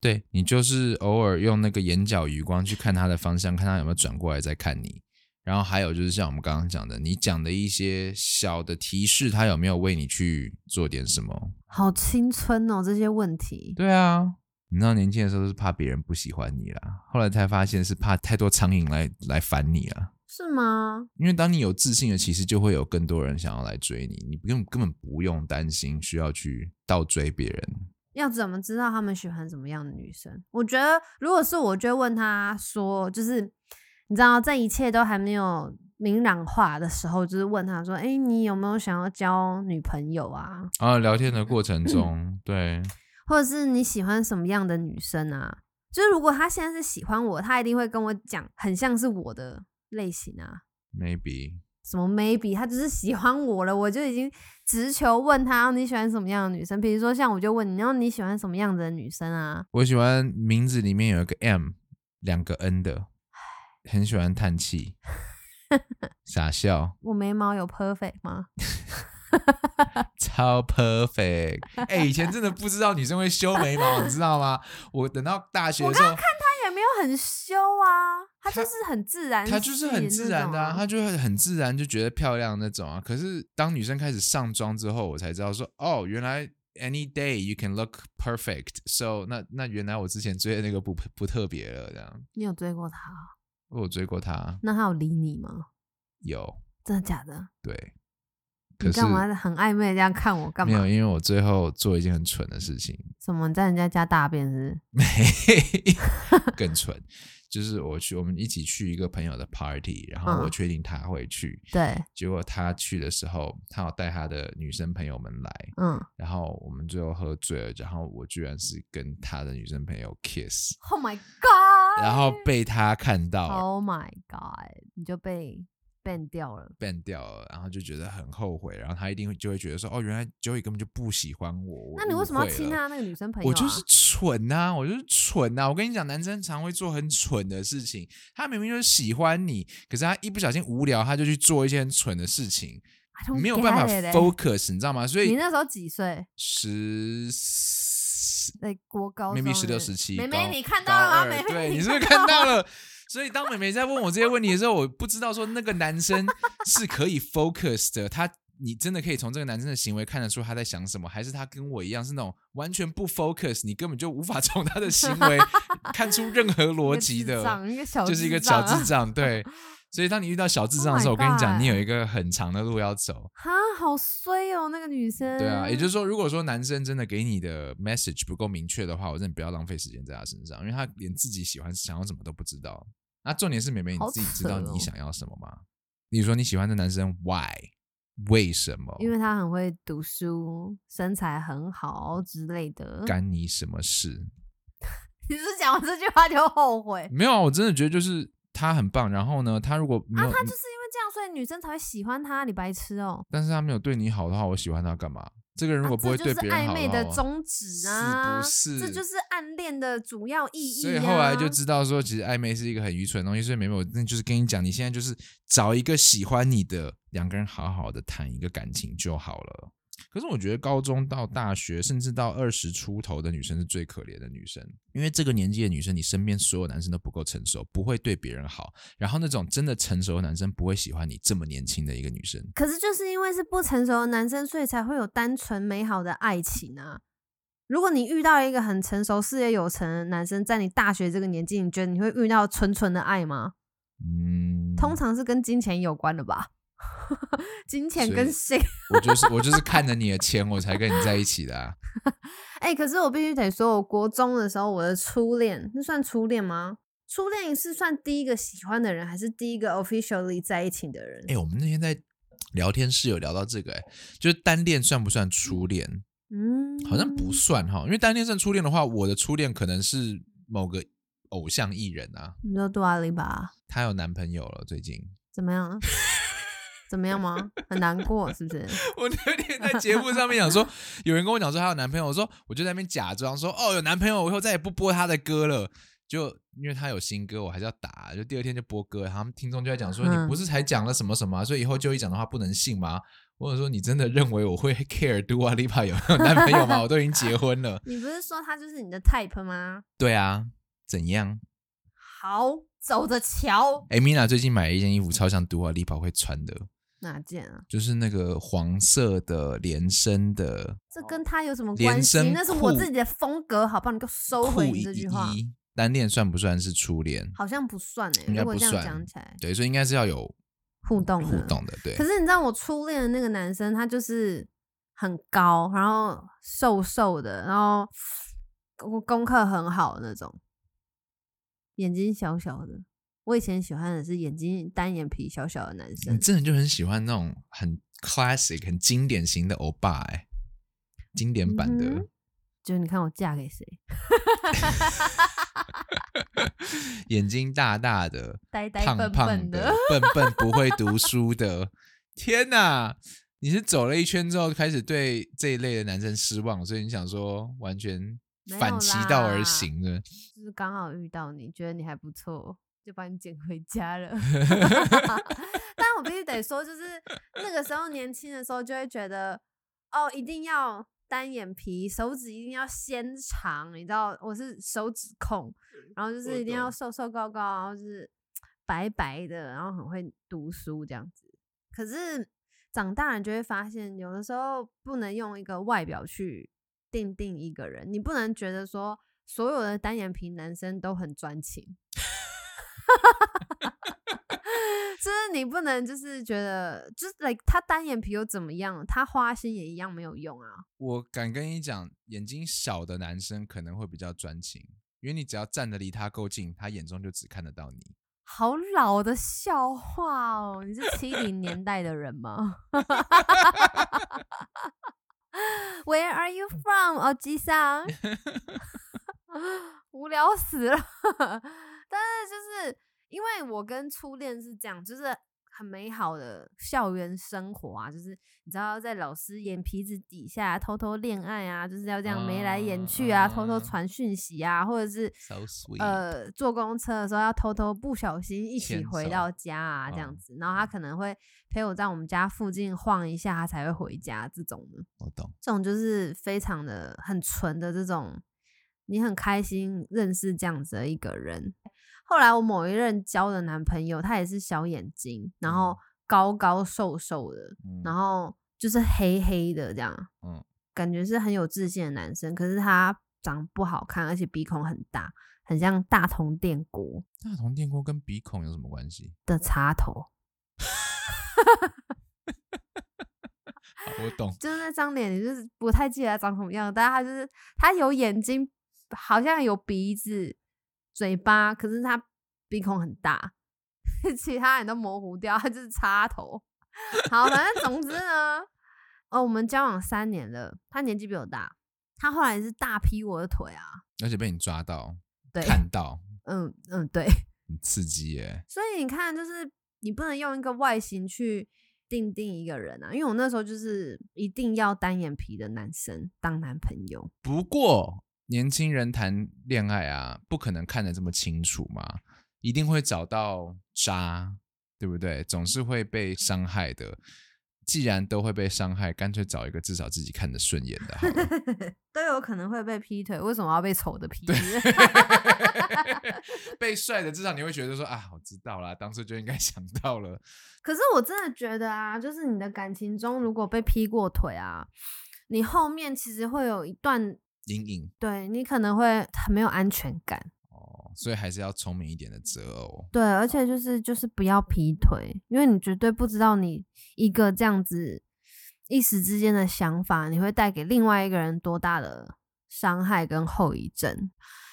[SPEAKER 2] 对你就是偶尔用那个眼角余光去看他的方向，看他有没有转过来再看你。然后还有就是像我们刚刚讲的，你讲的一些小的提示，他有没有为你去做点什么？
[SPEAKER 1] 好青春哦，这些问题。
[SPEAKER 2] 对啊，你知道年轻的时候都是怕别人不喜欢你啦，后来才发现是怕太多苍蝇来来烦你啦。
[SPEAKER 1] 是吗？
[SPEAKER 2] 因为当你有自信了，其实就会有更多人想要来追你，你根本根本不用担心需要去倒追别人。
[SPEAKER 1] 要怎么知道他们喜欢什么样的女生？我觉得，如果是我，就会问他说，就是你知道，在一切都还没有明朗化的时候，就是问他说：“哎、你有没有想要交女朋友啊？
[SPEAKER 2] 啊，聊天的过程中，对，
[SPEAKER 1] 或者是你喜欢什么样的女生啊？”就是如果他现在是喜欢我，他一定会跟我讲，很像是我的类型啊。
[SPEAKER 2] maybe
[SPEAKER 1] 什么 maybe，他只是喜欢我了，我就已经直球问他你喜欢什么样的女生。比如说像我就问你，然后你喜欢什么样子的女生啊？
[SPEAKER 2] 我喜欢名字里面有一个 M，两个 N 的，很喜欢叹气，傻笑，
[SPEAKER 1] 我眉毛有 perfect 吗？
[SPEAKER 2] 超 perfect。哎、以前真的不知道女生会修眉毛，你知道吗？我等到大学的时候，
[SPEAKER 1] 他也没有很修啊，他
[SPEAKER 2] 他
[SPEAKER 1] 就是很自然系的那
[SPEAKER 2] 她
[SPEAKER 1] 种啊，
[SPEAKER 2] 就是很自然的啊，她就会很自然就觉得漂亮那种啊。可是当女生开始上妆之后，我才知道说，哦，原来 any day you can look perfect。So 那那原来我之前追的那个不不特别了，这样。
[SPEAKER 1] 你有追过他？啊
[SPEAKER 2] 我有追过她，
[SPEAKER 1] 那他有理你吗？
[SPEAKER 2] 有
[SPEAKER 1] 真的假的？
[SPEAKER 2] 对，可
[SPEAKER 1] 你
[SPEAKER 2] 是
[SPEAKER 1] 干嘛很暧昧地这样看我干
[SPEAKER 2] 没
[SPEAKER 1] 嘛
[SPEAKER 2] 有，？因为我最后做一件很蠢的事情，
[SPEAKER 1] 什么你在人家家大便是不
[SPEAKER 2] 没更蠢，就是我去我们一起去一个朋友的 party，然后我
[SPEAKER 1] 嗯
[SPEAKER 2] 确定他会去，
[SPEAKER 1] 是？对，
[SPEAKER 2] 结果他去的时候，他有带他的女生朋友们来，
[SPEAKER 1] 嗯
[SPEAKER 2] 然后我们最后喝醉了，然后我居然是跟他的女生朋友 kiss，
[SPEAKER 1] ，Oh my God，
[SPEAKER 2] 然后被他看到
[SPEAKER 1] ，Oh my God，你就被 ban 掉了。
[SPEAKER 2] ban 掉了，然后就觉得很后悔，然后他一定会就会觉得说，哦，原来 Joey 根本就不喜欢我，我
[SPEAKER 1] 那你为什么
[SPEAKER 2] 误
[SPEAKER 1] 要
[SPEAKER 2] 会
[SPEAKER 1] 亲
[SPEAKER 2] 了
[SPEAKER 1] 他那个女生朋友、啊？
[SPEAKER 2] 我就是蠢呐、我就是蠢呐、我跟你讲，男生常会做很蠢的事情。他明明就是喜欢你，可是他一不小心无聊，他就去做一些很蠢的事情，
[SPEAKER 1] I don't
[SPEAKER 2] 没有办法
[SPEAKER 1] get it 欸
[SPEAKER 2] focus，你知道吗？所
[SPEAKER 1] 你
[SPEAKER 2] 以
[SPEAKER 1] 那时候几岁？
[SPEAKER 2] 十
[SPEAKER 1] 在国高中
[SPEAKER 2] maybe
[SPEAKER 1] 的
[SPEAKER 2] 十六十七，
[SPEAKER 1] 妹妹
[SPEAKER 2] 高
[SPEAKER 1] 你看到了吗
[SPEAKER 2] 高二
[SPEAKER 1] 妹妹
[SPEAKER 2] 对，
[SPEAKER 1] 你
[SPEAKER 2] 你是不是
[SPEAKER 1] 看到
[SPEAKER 2] 看到了？ 所以当妹妹在问我这些问题的时候，我不知道说那个男 生是可以 focus 的，他。你真的可以从这个男生的行为看得出他在想什么，还是他跟我一样是那种完全不 focus，你根本就无法从他的 行为看出任何逻辑
[SPEAKER 1] 一个智
[SPEAKER 2] 的，
[SPEAKER 1] 障一个小
[SPEAKER 2] 就是一个小智
[SPEAKER 1] 啊。
[SPEAKER 2] 障。对，所以当你遇到小智
[SPEAKER 1] Oh
[SPEAKER 2] 障的时
[SPEAKER 1] my
[SPEAKER 2] 候，我跟你讲，
[SPEAKER 1] God
[SPEAKER 2] 你有一个很长的路要走。
[SPEAKER 1] 哈，好衰哦，那个女生。
[SPEAKER 2] 对啊，也
[SPEAKER 1] 嗯
[SPEAKER 2] 就是说，如果说男生真的给你的 message 不够明确的话，我真的不要浪费时间在他身上，因为他连自己喜欢想要什么都不知道。那重点是，妹妹你
[SPEAKER 1] 好
[SPEAKER 2] 自己知道
[SPEAKER 1] 扯哦
[SPEAKER 2] 你想要什么吗？你说你喜欢的男生 why 为什么？
[SPEAKER 1] 因为她很会读书，身材很好之类的。
[SPEAKER 2] 干你什么事？
[SPEAKER 1] 你是讲完这句话就后悔？
[SPEAKER 2] 没有啊，我真的觉得就是他很棒。然后呢，他如果没
[SPEAKER 1] 啊
[SPEAKER 2] 有，嗯
[SPEAKER 1] 就是因为这样，所以女生才会喜欢他。你白痴哦！啊
[SPEAKER 2] 但是他没有对你好的话，我喜欢他干嘛？这个人如果不会对别人好
[SPEAKER 1] 这就是暧昧
[SPEAKER 2] 的
[SPEAKER 1] 的
[SPEAKER 2] 话
[SPEAKER 1] 宗旨啊，
[SPEAKER 2] 是不
[SPEAKER 1] 这
[SPEAKER 2] 是
[SPEAKER 1] 就是暗恋的主要意义、啊。
[SPEAKER 2] 所以后来就知道说，其实暧昧是一个很愚蠢的东西。所以妹妹，我那就是跟你讲，你现在就是找一个喜欢你的，两个人好好的谈一个感情就好了。可是我觉得高中到大学，甚至到二十出头的女生是最可怜的女生，因为这个年纪的女生，你身边所有男生都不够成熟，不会对别人好，然后那种真的成熟的男生不会喜欢你这么年轻的一个女生。
[SPEAKER 1] 可是就是因为是不成熟的男生，所以才会有单纯美好的爱情啊。如果你遇到一个很成熟、事业有成的男生，在你大学这个年纪，你觉得你会遇到纯纯的爱吗？
[SPEAKER 2] 嗯，
[SPEAKER 1] 通常是跟金钱有关的吧， 金钱
[SPEAKER 2] 所以
[SPEAKER 1] 跟性。
[SPEAKER 2] 我就是我就是看着你的钱，我才跟你在一起的、啊。
[SPEAKER 1] 哎、可是我必须得说，我国中的时候，我的初恋，那算初恋吗？初恋是算第一个喜欢的人，还是第一个 officially 在一起的人？
[SPEAKER 2] 哎、我们那天在聊天室有聊到这个、欸，就是单恋算不算初恋？
[SPEAKER 1] 嗯，
[SPEAKER 2] 好像不算哈，因为单恋算初恋的话，我的初恋可能是某个偶像艺人啊，
[SPEAKER 1] 嗯你说杜阿丽吧？
[SPEAKER 2] 她有男朋友了，最近。
[SPEAKER 1] 怎么 样？怎么样吗？很难过是不是？
[SPEAKER 2] 我那天在节目上面讲说，有人跟我讲说她有男朋友，我说我就在那边假装说哦有男朋友，我以后再也不播她的歌了。就因为她有新歌，我还是要打，就第二天就播歌，他们听众就在讲说、
[SPEAKER 1] 嗯
[SPEAKER 2] 你不是才讲了什么什么啊、所以以后就一讲的话不能信吗？或者说你真的认为我会 care d u a Lipa 有没有男朋友吗？我都已经结婚了。
[SPEAKER 1] 你不是说他就是你的 type 吗？
[SPEAKER 2] 对啊，怎样？
[SPEAKER 1] 好，走着瞧。
[SPEAKER 2] 哎、m i n a 最近买了一件衣服，超像 d u a Lipa 会穿的，
[SPEAKER 1] 哪件啊？
[SPEAKER 2] 就是那个黄色的连身的
[SPEAKER 1] 这跟他有什么
[SPEAKER 2] 连
[SPEAKER 1] 关系？
[SPEAKER 2] 身
[SPEAKER 1] 那是我
[SPEAKER 2] 裤
[SPEAKER 1] 自己的风格，好不好？你给我收回
[SPEAKER 2] 裤
[SPEAKER 1] 你
[SPEAKER 2] 一
[SPEAKER 1] 这句话，
[SPEAKER 2] 一一。单恋算不算是初恋？
[SPEAKER 1] 好像不算哎、
[SPEAKER 2] 应该
[SPEAKER 1] 如果
[SPEAKER 2] 不
[SPEAKER 1] 这样
[SPEAKER 2] 算
[SPEAKER 1] 讲起来，
[SPEAKER 2] 对，所以应该是要有
[SPEAKER 1] 互动
[SPEAKER 2] 互
[SPEAKER 1] 的。
[SPEAKER 2] 动的，对
[SPEAKER 1] 可。是你知道我初恋的那个男生，他就是很高，然后瘦瘦的，然后功功课很好的那种，眼睛小小的。我以前喜欢的是眼睛单眼皮小小的男
[SPEAKER 2] 你
[SPEAKER 1] 生，
[SPEAKER 2] 真的就很喜欢那种很 classic、很经典型的欧巴、哎，经典版的。
[SPEAKER 1] 嗯哼就你看我嫁给谁，
[SPEAKER 2] 眼睛大大的、
[SPEAKER 1] 呆呆
[SPEAKER 2] 胖
[SPEAKER 1] 笨
[SPEAKER 2] 胖
[SPEAKER 1] 笨
[SPEAKER 2] 的、笨笨不会 读书的。天哪！你是走了一圈之后开始对这一类的男生失望，所以你想说完全
[SPEAKER 1] 没有
[SPEAKER 2] 反其道而
[SPEAKER 1] 啦
[SPEAKER 2] 行的。
[SPEAKER 1] 就是刚好遇到你，觉得你还不错，就把你捡回家了。 但我必须得说，就是那个时候年轻的时候，就会觉得哦，一定要单眼皮，手指一定要纤长，你知道我是手指控，然后就
[SPEAKER 2] 嗯我
[SPEAKER 1] 是一定要
[SPEAKER 2] 懂
[SPEAKER 1] 瘦瘦高高，然后就是白白的，然后很会读书这样子。可是长大人就会发现，有的时候不能用一个外表去定定一个人，你不能觉得说所有的单眼皮男生都很专情，就是你不能就是觉得就是 like 他单眼皮又怎么样，他花心也一样没有用啊。
[SPEAKER 2] 我敢跟你讲，眼睛小的男生可能会比较专情，因为你只要站得离他够近，他眼中就只看得到你。
[SPEAKER 1] 好老的笑话哦！你是七零年代的人吗？Where are you from？哦，吉桑，无聊死了。但是就是因为我跟初恋是这样，就是很美好的校园生活啊，就是你知道在老师眼皮子底下偷偷恋爱啊，就是要这样眉来眼去啊，偷
[SPEAKER 2] 啊
[SPEAKER 1] 偷传讯息啊，或者是
[SPEAKER 2] So sweet
[SPEAKER 1] 呃坐公车的时候要偷偷不小心一
[SPEAKER 2] 牵
[SPEAKER 1] 起回
[SPEAKER 2] 手
[SPEAKER 1] 到家啊这样
[SPEAKER 2] 嗯
[SPEAKER 1] 子，然后他可能会陪我在我们家附近晃一下，他才会回家这种的。
[SPEAKER 2] 我懂，
[SPEAKER 1] 这种就是非常的很纯的这种，你很开心认识这样子的一个人。后来我某一任交的男朋友，他也是小眼睛，然后
[SPEAKER 2] 嗯
[SPEAKER 1] 高高瘦瘦的，
[SPEAKER 2] 嗯
[SPEAKER 1] 然后就是黑黑的这样，
[SPEAKER 2] 嗯
[SPEAKER 1] 感觉是很有自信的男生。可是他长不好看，而且鼻孔很大，很像大同电锅
[SPEAKER 2] 大同电锅跟鼻孔有什么关系？
[SPEAKER 1] 的插头，啊
[SPEAKER 2] 好我懂，
[SPEAKER 1] 就是那张脸，你就是不太记得他长什么样，但是他就是他有眼睛，好像有鼻子、嘴巴，可是他鼻孔很大， 其他人都模糊掉，他就是插头。好，反正总之呢，哦，我们交往三年了，他年纪比我大，他后来是大劈我的腿啊，
[SPEAKER 2] 而且被你抓到、
[SPEAKER 1] 对，
[SPEAKER 2] 看到，
[SPEAKER 1] 嗯嗯对，
[SPEAKER 2] 很刺激耶、
[SPEAKER 1] 所以你看，就是你不能用一个外形去定定一个人啊，因为我那时候就是一定要单眼皮的男生当男朋友。
[SPEAKER 2] 不过年轻人谈恋爱啊，不可能看得这么清楚嘛，一定会找到渣，对不对？总是会被伤害的。既然都会被伤害，干脆找一个至少自己看得顺眼的好了。
[SPEAKER 1] 都有可能会被劈腿，为什么要被丑的劈？
[SPEAKER 2] 被帅的至少你会觉得说啊，我知道啦，当初就应该 想到了。
[SPEAKER 1] 可是我真的觉得啊，就是你的感情中如果被劈过腿啊，你后面其实会有一段，
[SPEAKER 2] 阴影
[SPEAKER 1] 对你可能会很没有安全感。
[SPEAKER 2] 哦，所以还是要聪明一点的择 偶。
[SPEAKER 1] 对，而且就是就是不要劈腿，因为你绝对不知道你一个这样子一时之间的想法，你会带给另外一个人多大的伤害跟后遗症。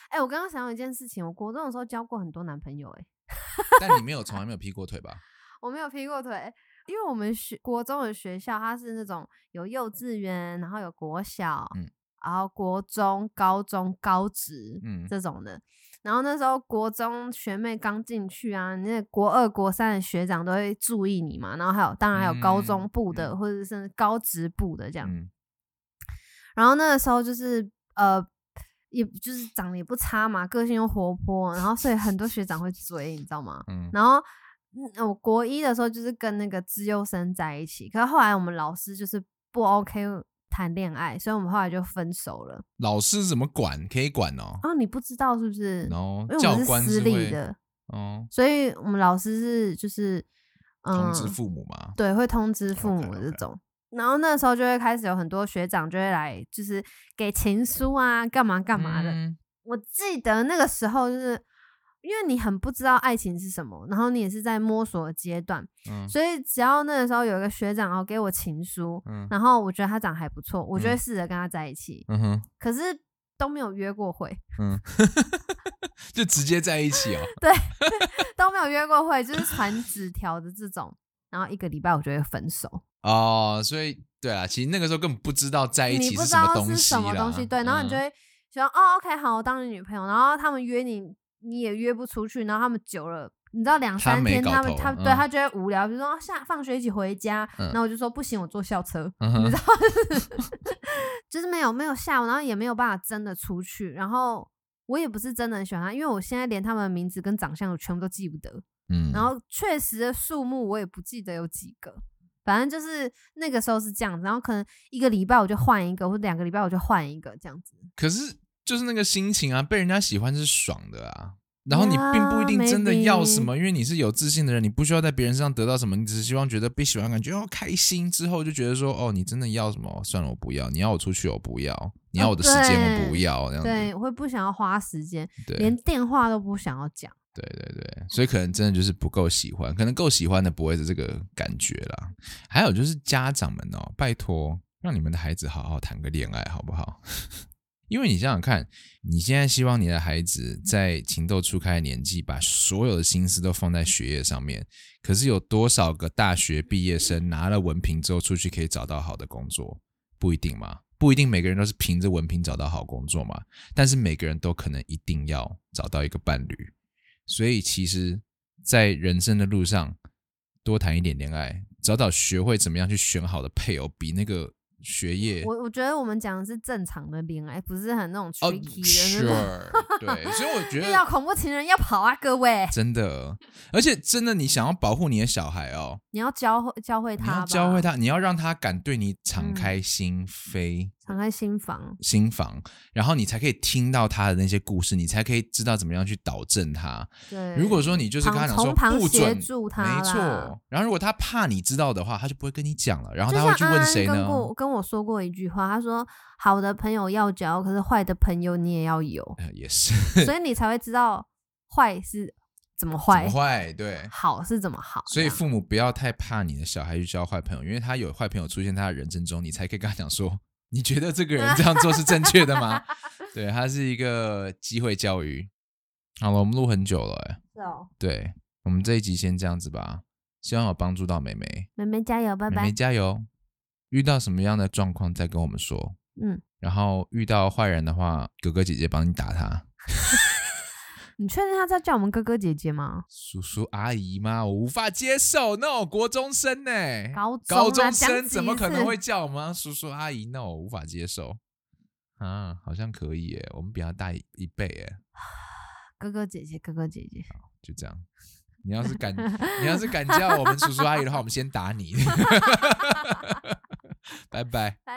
[SPEAKER 1] 哎、我刚刚想到一件事情，我国中的时候交过很多男朋友、哎，
[SPEAKER 2] 但你没有从来没有劈过腿吧？
[SPEAKER 1] 我没有劈过腿，因为我们学国中的学校，它是那种有幼稚园，然后有国小，
[SPEAKER 2] 嗯
[SPEAKER 1] 然后国中、高中、高职，
[SPEAKER 2] 嗯
[SPEAKER 1] 这种的。然后那时候国中学妹刚进去啊，你那国二、国三的学长都会注意你嘛，然后还有当然还有高中
[SPEAKER 2] 嗯
[SPEAKER 1] 部的，
[SPEAKER 2] 嗯
[SPEAKER 1] 或者是甚至高职部的这样。
[SPEAKER 2] 嗯
[SPEAKER 1] 然后那个时候就是呃。也就是长得也不差嘛，个性又活泼，然后所以很多学长会追，你知道吗？
[SPEAKER 2] 嗯，
[SPEAKER 1] 然后嗯我国一的时候就是跟那个资优生在一起，可是后来我们老师就是不 OK 谈恋爱，所以我们后来就分手了。
[SPEAKER 2] 老师怎么管？可以管哦。
[SPEAKER 1] 哦，你不知道是不是？
[SPEAKER 2] 然后
[SPEAKER 1] 因为我
[SPEAKER 2] 教
[SPEAKER 1] 们
[SPEAKER 2] 官
[SPEAKER 1] 私
[SPEAKER 2] 是
[SPEAKER 1] 立
[SPEAKER 2] 会
[SPEAKER 1] 的，
[SPEAKER 2] 哦，
[SPEAKER 1] 所以我们老师是就是嗯
[SPEAKER 2] 通，知父母嘛。
[SPEAKER 1] 对，会通知父母
[SPEAKER 2] OK，OK
[SPEAKER 1] 这种。然后那时候就会开始有很多学长就会来，就是给情书啊，干嘛干嘛的。
[SPEAKER 2] 嗯
[SPEAKER 1] 我记得那个时候就是因为你很不知道爱情是什么，然后你也是在摸索的阶段，
[SPEAKER 2] 嗯
[SPEAKER 1] 所以只要那个时候有一个学长哦给我情书，
[SPEAKER 2] 嗯
[SPEAKER 1] 然后我觉得他长得还不错，我就会
[SPEAKER 2] 嗯
[SPEAKER 1] 试着跟他在一起，
[SPEAKER 2] 嗯哼
[SPEAKER 1] 可是都没有约过会，
[SPEAKER 2] 嗯， 就直接在一起哦。
[SPEAKER 1] 都没有约过会，就是传纸条的这种，然后一个礼拜我就会分手，
[SPEAKER 2] 哦，所以对啦，其实那个时候根本不知道在一
[SPEAKER 1] 你
[SPEAKER 2] 起
[SPEAKER 1] 不知
[SPEAKER 2] 什么
[SPEAKER 1] 道
[SPEAKER 2] 东
[SPEAKER 1] 是
[SPEAKER 2] 西
[SPEAKER 1] 什么
[SPEAKER 2] 啦
[SPEAKER 1] 东西，对，然后你就
[SPEAKER 2] 嗯
[SPEAKER 1] 会想、哦，OK，好，我当你女朋友，然后他们约你，你也约不出去，然后他们久了。你知道两
[SPEAKER 2] 他
[SPEAKER 1] 三
[SPEAKER 2] 没
[SPEAKER 1] 天，
[SPEAKER 2] 搞
[SPEAKER 1] 他们
[SPEAKER 2] 头
[SPEAKER 1] 他
[SPEAKER 2] 嗯
[SPEAKER 1] 对他就会无聊，比如说哦下放学一起回家，
[SPEAKER 2] 嗯
[SPEAKER 1] 然后我就说不行，我坐校车，
[SPEAKER 2] 嗯哼
[SPEAKER 1] 你知道，就是没有没有下午，然后也没有办法真的出去，然后我也不是真的很喜欢他，因为我现在连他们的名字跟长相我全部都记不得，
[SPEAKER 2] 嗯，
[SPEAKER 1] 然后确实的数目我也不记得有几个，反正就是那个时候是这样子，然后可能一个礼拜我就换一个，或者两个礼拜我就换一个这样子。
[SPEAKER 2] 可是就是那个心情啊，被人家喜欢是爽的啊。然后你并不一定
[SPEAKER 1] Yeah,
[SPEAKER 2] 真的要什么因为你是有自信的人，你不需要在别人身上得到什么，你只是希望觉得被喜欢，感觉哦开心之后就觉得说哦，你真的要什么？哦算了，我不要。你要我出去，我不要。你要我的时间，
[SPEAKER 1] 对
[SPEAKER 2] 我不要。这样
[SPEAKER 1] 对，
[SPEAKER 2] 子，
[SPEAKER 1] 我会不想要花时间，
[SPEAKER 2] 对
[SPEAKER 1] 连电话都不想要讲。
[SPEAKER 2] 对对对，所以可能真的就是不够喜欢，可能够喜欢的不会是这个感觉啦。还有就是家长们哦，拜托让你们的孩子好好谈个恋爱好不好？因为你想想看，你现在希望你的孩子在情窦初开的年纪，把所有的心思都放在学业上面，可是有多少个大学毕业生拿了文凭之后出去可以找到好的工作？不一定嘛，不一定每个人都是凭着文凭找到好工作嘛。但是每个人都可能一定要找到一个伴侣，所以其实，在人生的路上，多谈一点恋爱，早早学会怎么样去选好的配偶，比那个学业
[SPEAKER 1] 我我觉得我们讲的是正常的恋爱，不是很那种
[SPEAKER 2] 哦
[SPEAKER 1] tricky 的那种。
[SPEAKER 2] ，sure，对，所以我 觉
[SPEAKER 1] 遇到
[SPEAKER 2] 得
[SPEAKER 1] 恐怖情人要跑啊，各位！
[SPEAKER 2] 真的，而且真的，你想要保护你的小孩哦，
[SPEAKER 1] 你要教会教会
[SPEAKER 2] 你
[SPEAKER 1] 他吧，嗯
[SPEAKER 2] 要教会他，你要让他敢对你敞开心扉。
[SPEAKER 1] 敞开心房。
[SPEAKER 2] 心房，然后你才可以听到他的那些故事，你才可以知道怎么样去导正他。
[SPEAKER 1] 对，
[SPEAKER 2] 如果说你就是跟他讲说
[SPEAKER 1] 从旁
[SPEAKER 2] 不准，
[SPEAKER 1] 协助他啦
[SPEAKER 2] 没错。然后如果他怕你知道的话，他就不会跟你讲了，然后
[SPEAKER 1] 就
[SPEAKER 2] 哦
[SPEAKER 1] 像
[SPEAKER 2] 他会去
[SPEAKER 1] 安
[SPEAKER 2] 问
[SPEAKER 1] 安
[SPEAKER 2] 谁
[SPEAKER 1] 跟
[SPEAKER 2] 呢？，
[SPEAKER 1] 过跟我说过一句话，他说：“好的朋友要交，可是坏的朋友你也要有
[SPEAKER 2] 呃也是，
[SPEAKER 1] 所以你才会知道坏是怎么
[SPEAKER 2] 怎
[SPEAKER 1] 坏，
[SPEAKER 2] 么坏对。
[SPEAKER 1] 好是怎么好。”
[SPEAKER 2] 所以父母不要太怕你的小孩去交坏朋友，因为他有坏朋友出现在他的人生中，你才可以跟他讲说，你觉得这个人这样做是正确的吗？ 对，他是一个机会教育。好了，我们录很久了、欸，
[SPEAKER 1] 是哦，
[SPEAKER 2] 对我们这一集先这样子吧，希望有帮助到妹妹。
[SPEAKER 1] 妹妹加油，拜
[SPEAKER 2] 妹妹
[SPEAKER 1] 拜。
[SPEAKER 2] 加油！遇到什么样的状况再跟我们说。
[SPEAKER 1] 嗯，
[SPEAKER 2] 然后遇到坏人的话，哥哥姐姐帮你打他。
[SPEAKER 1] 你确定他在叫我们哥哥姐姐吗？
[SPEAKER 2] 叔叔阿姨吗？我无法接受，no，国中生欸呢、
[SPEAKER 1] 高中啊
[SPEAKER 2] 高中
[SPEAKER 1] 讲
[SPEAKER 2] 生
[SPEAKER 1] 几
[SPEAKER 2] 怎么可
[SPEAKER 1] 次
[SPEAKER 2] 能会叫我们叔叔阿姨？no，我无法接受。啊，好像可以耶，我们比他大一一倍耶，
[SPEAKER 1] 哥哥姐姐，哥哥姐 姐，
[SPEAKER 2] 就这样。你要是敢，你 要是敢叫我们叔叔阿姨的话，我们先打你。拜拜。
[SPEAKER 1] 拜。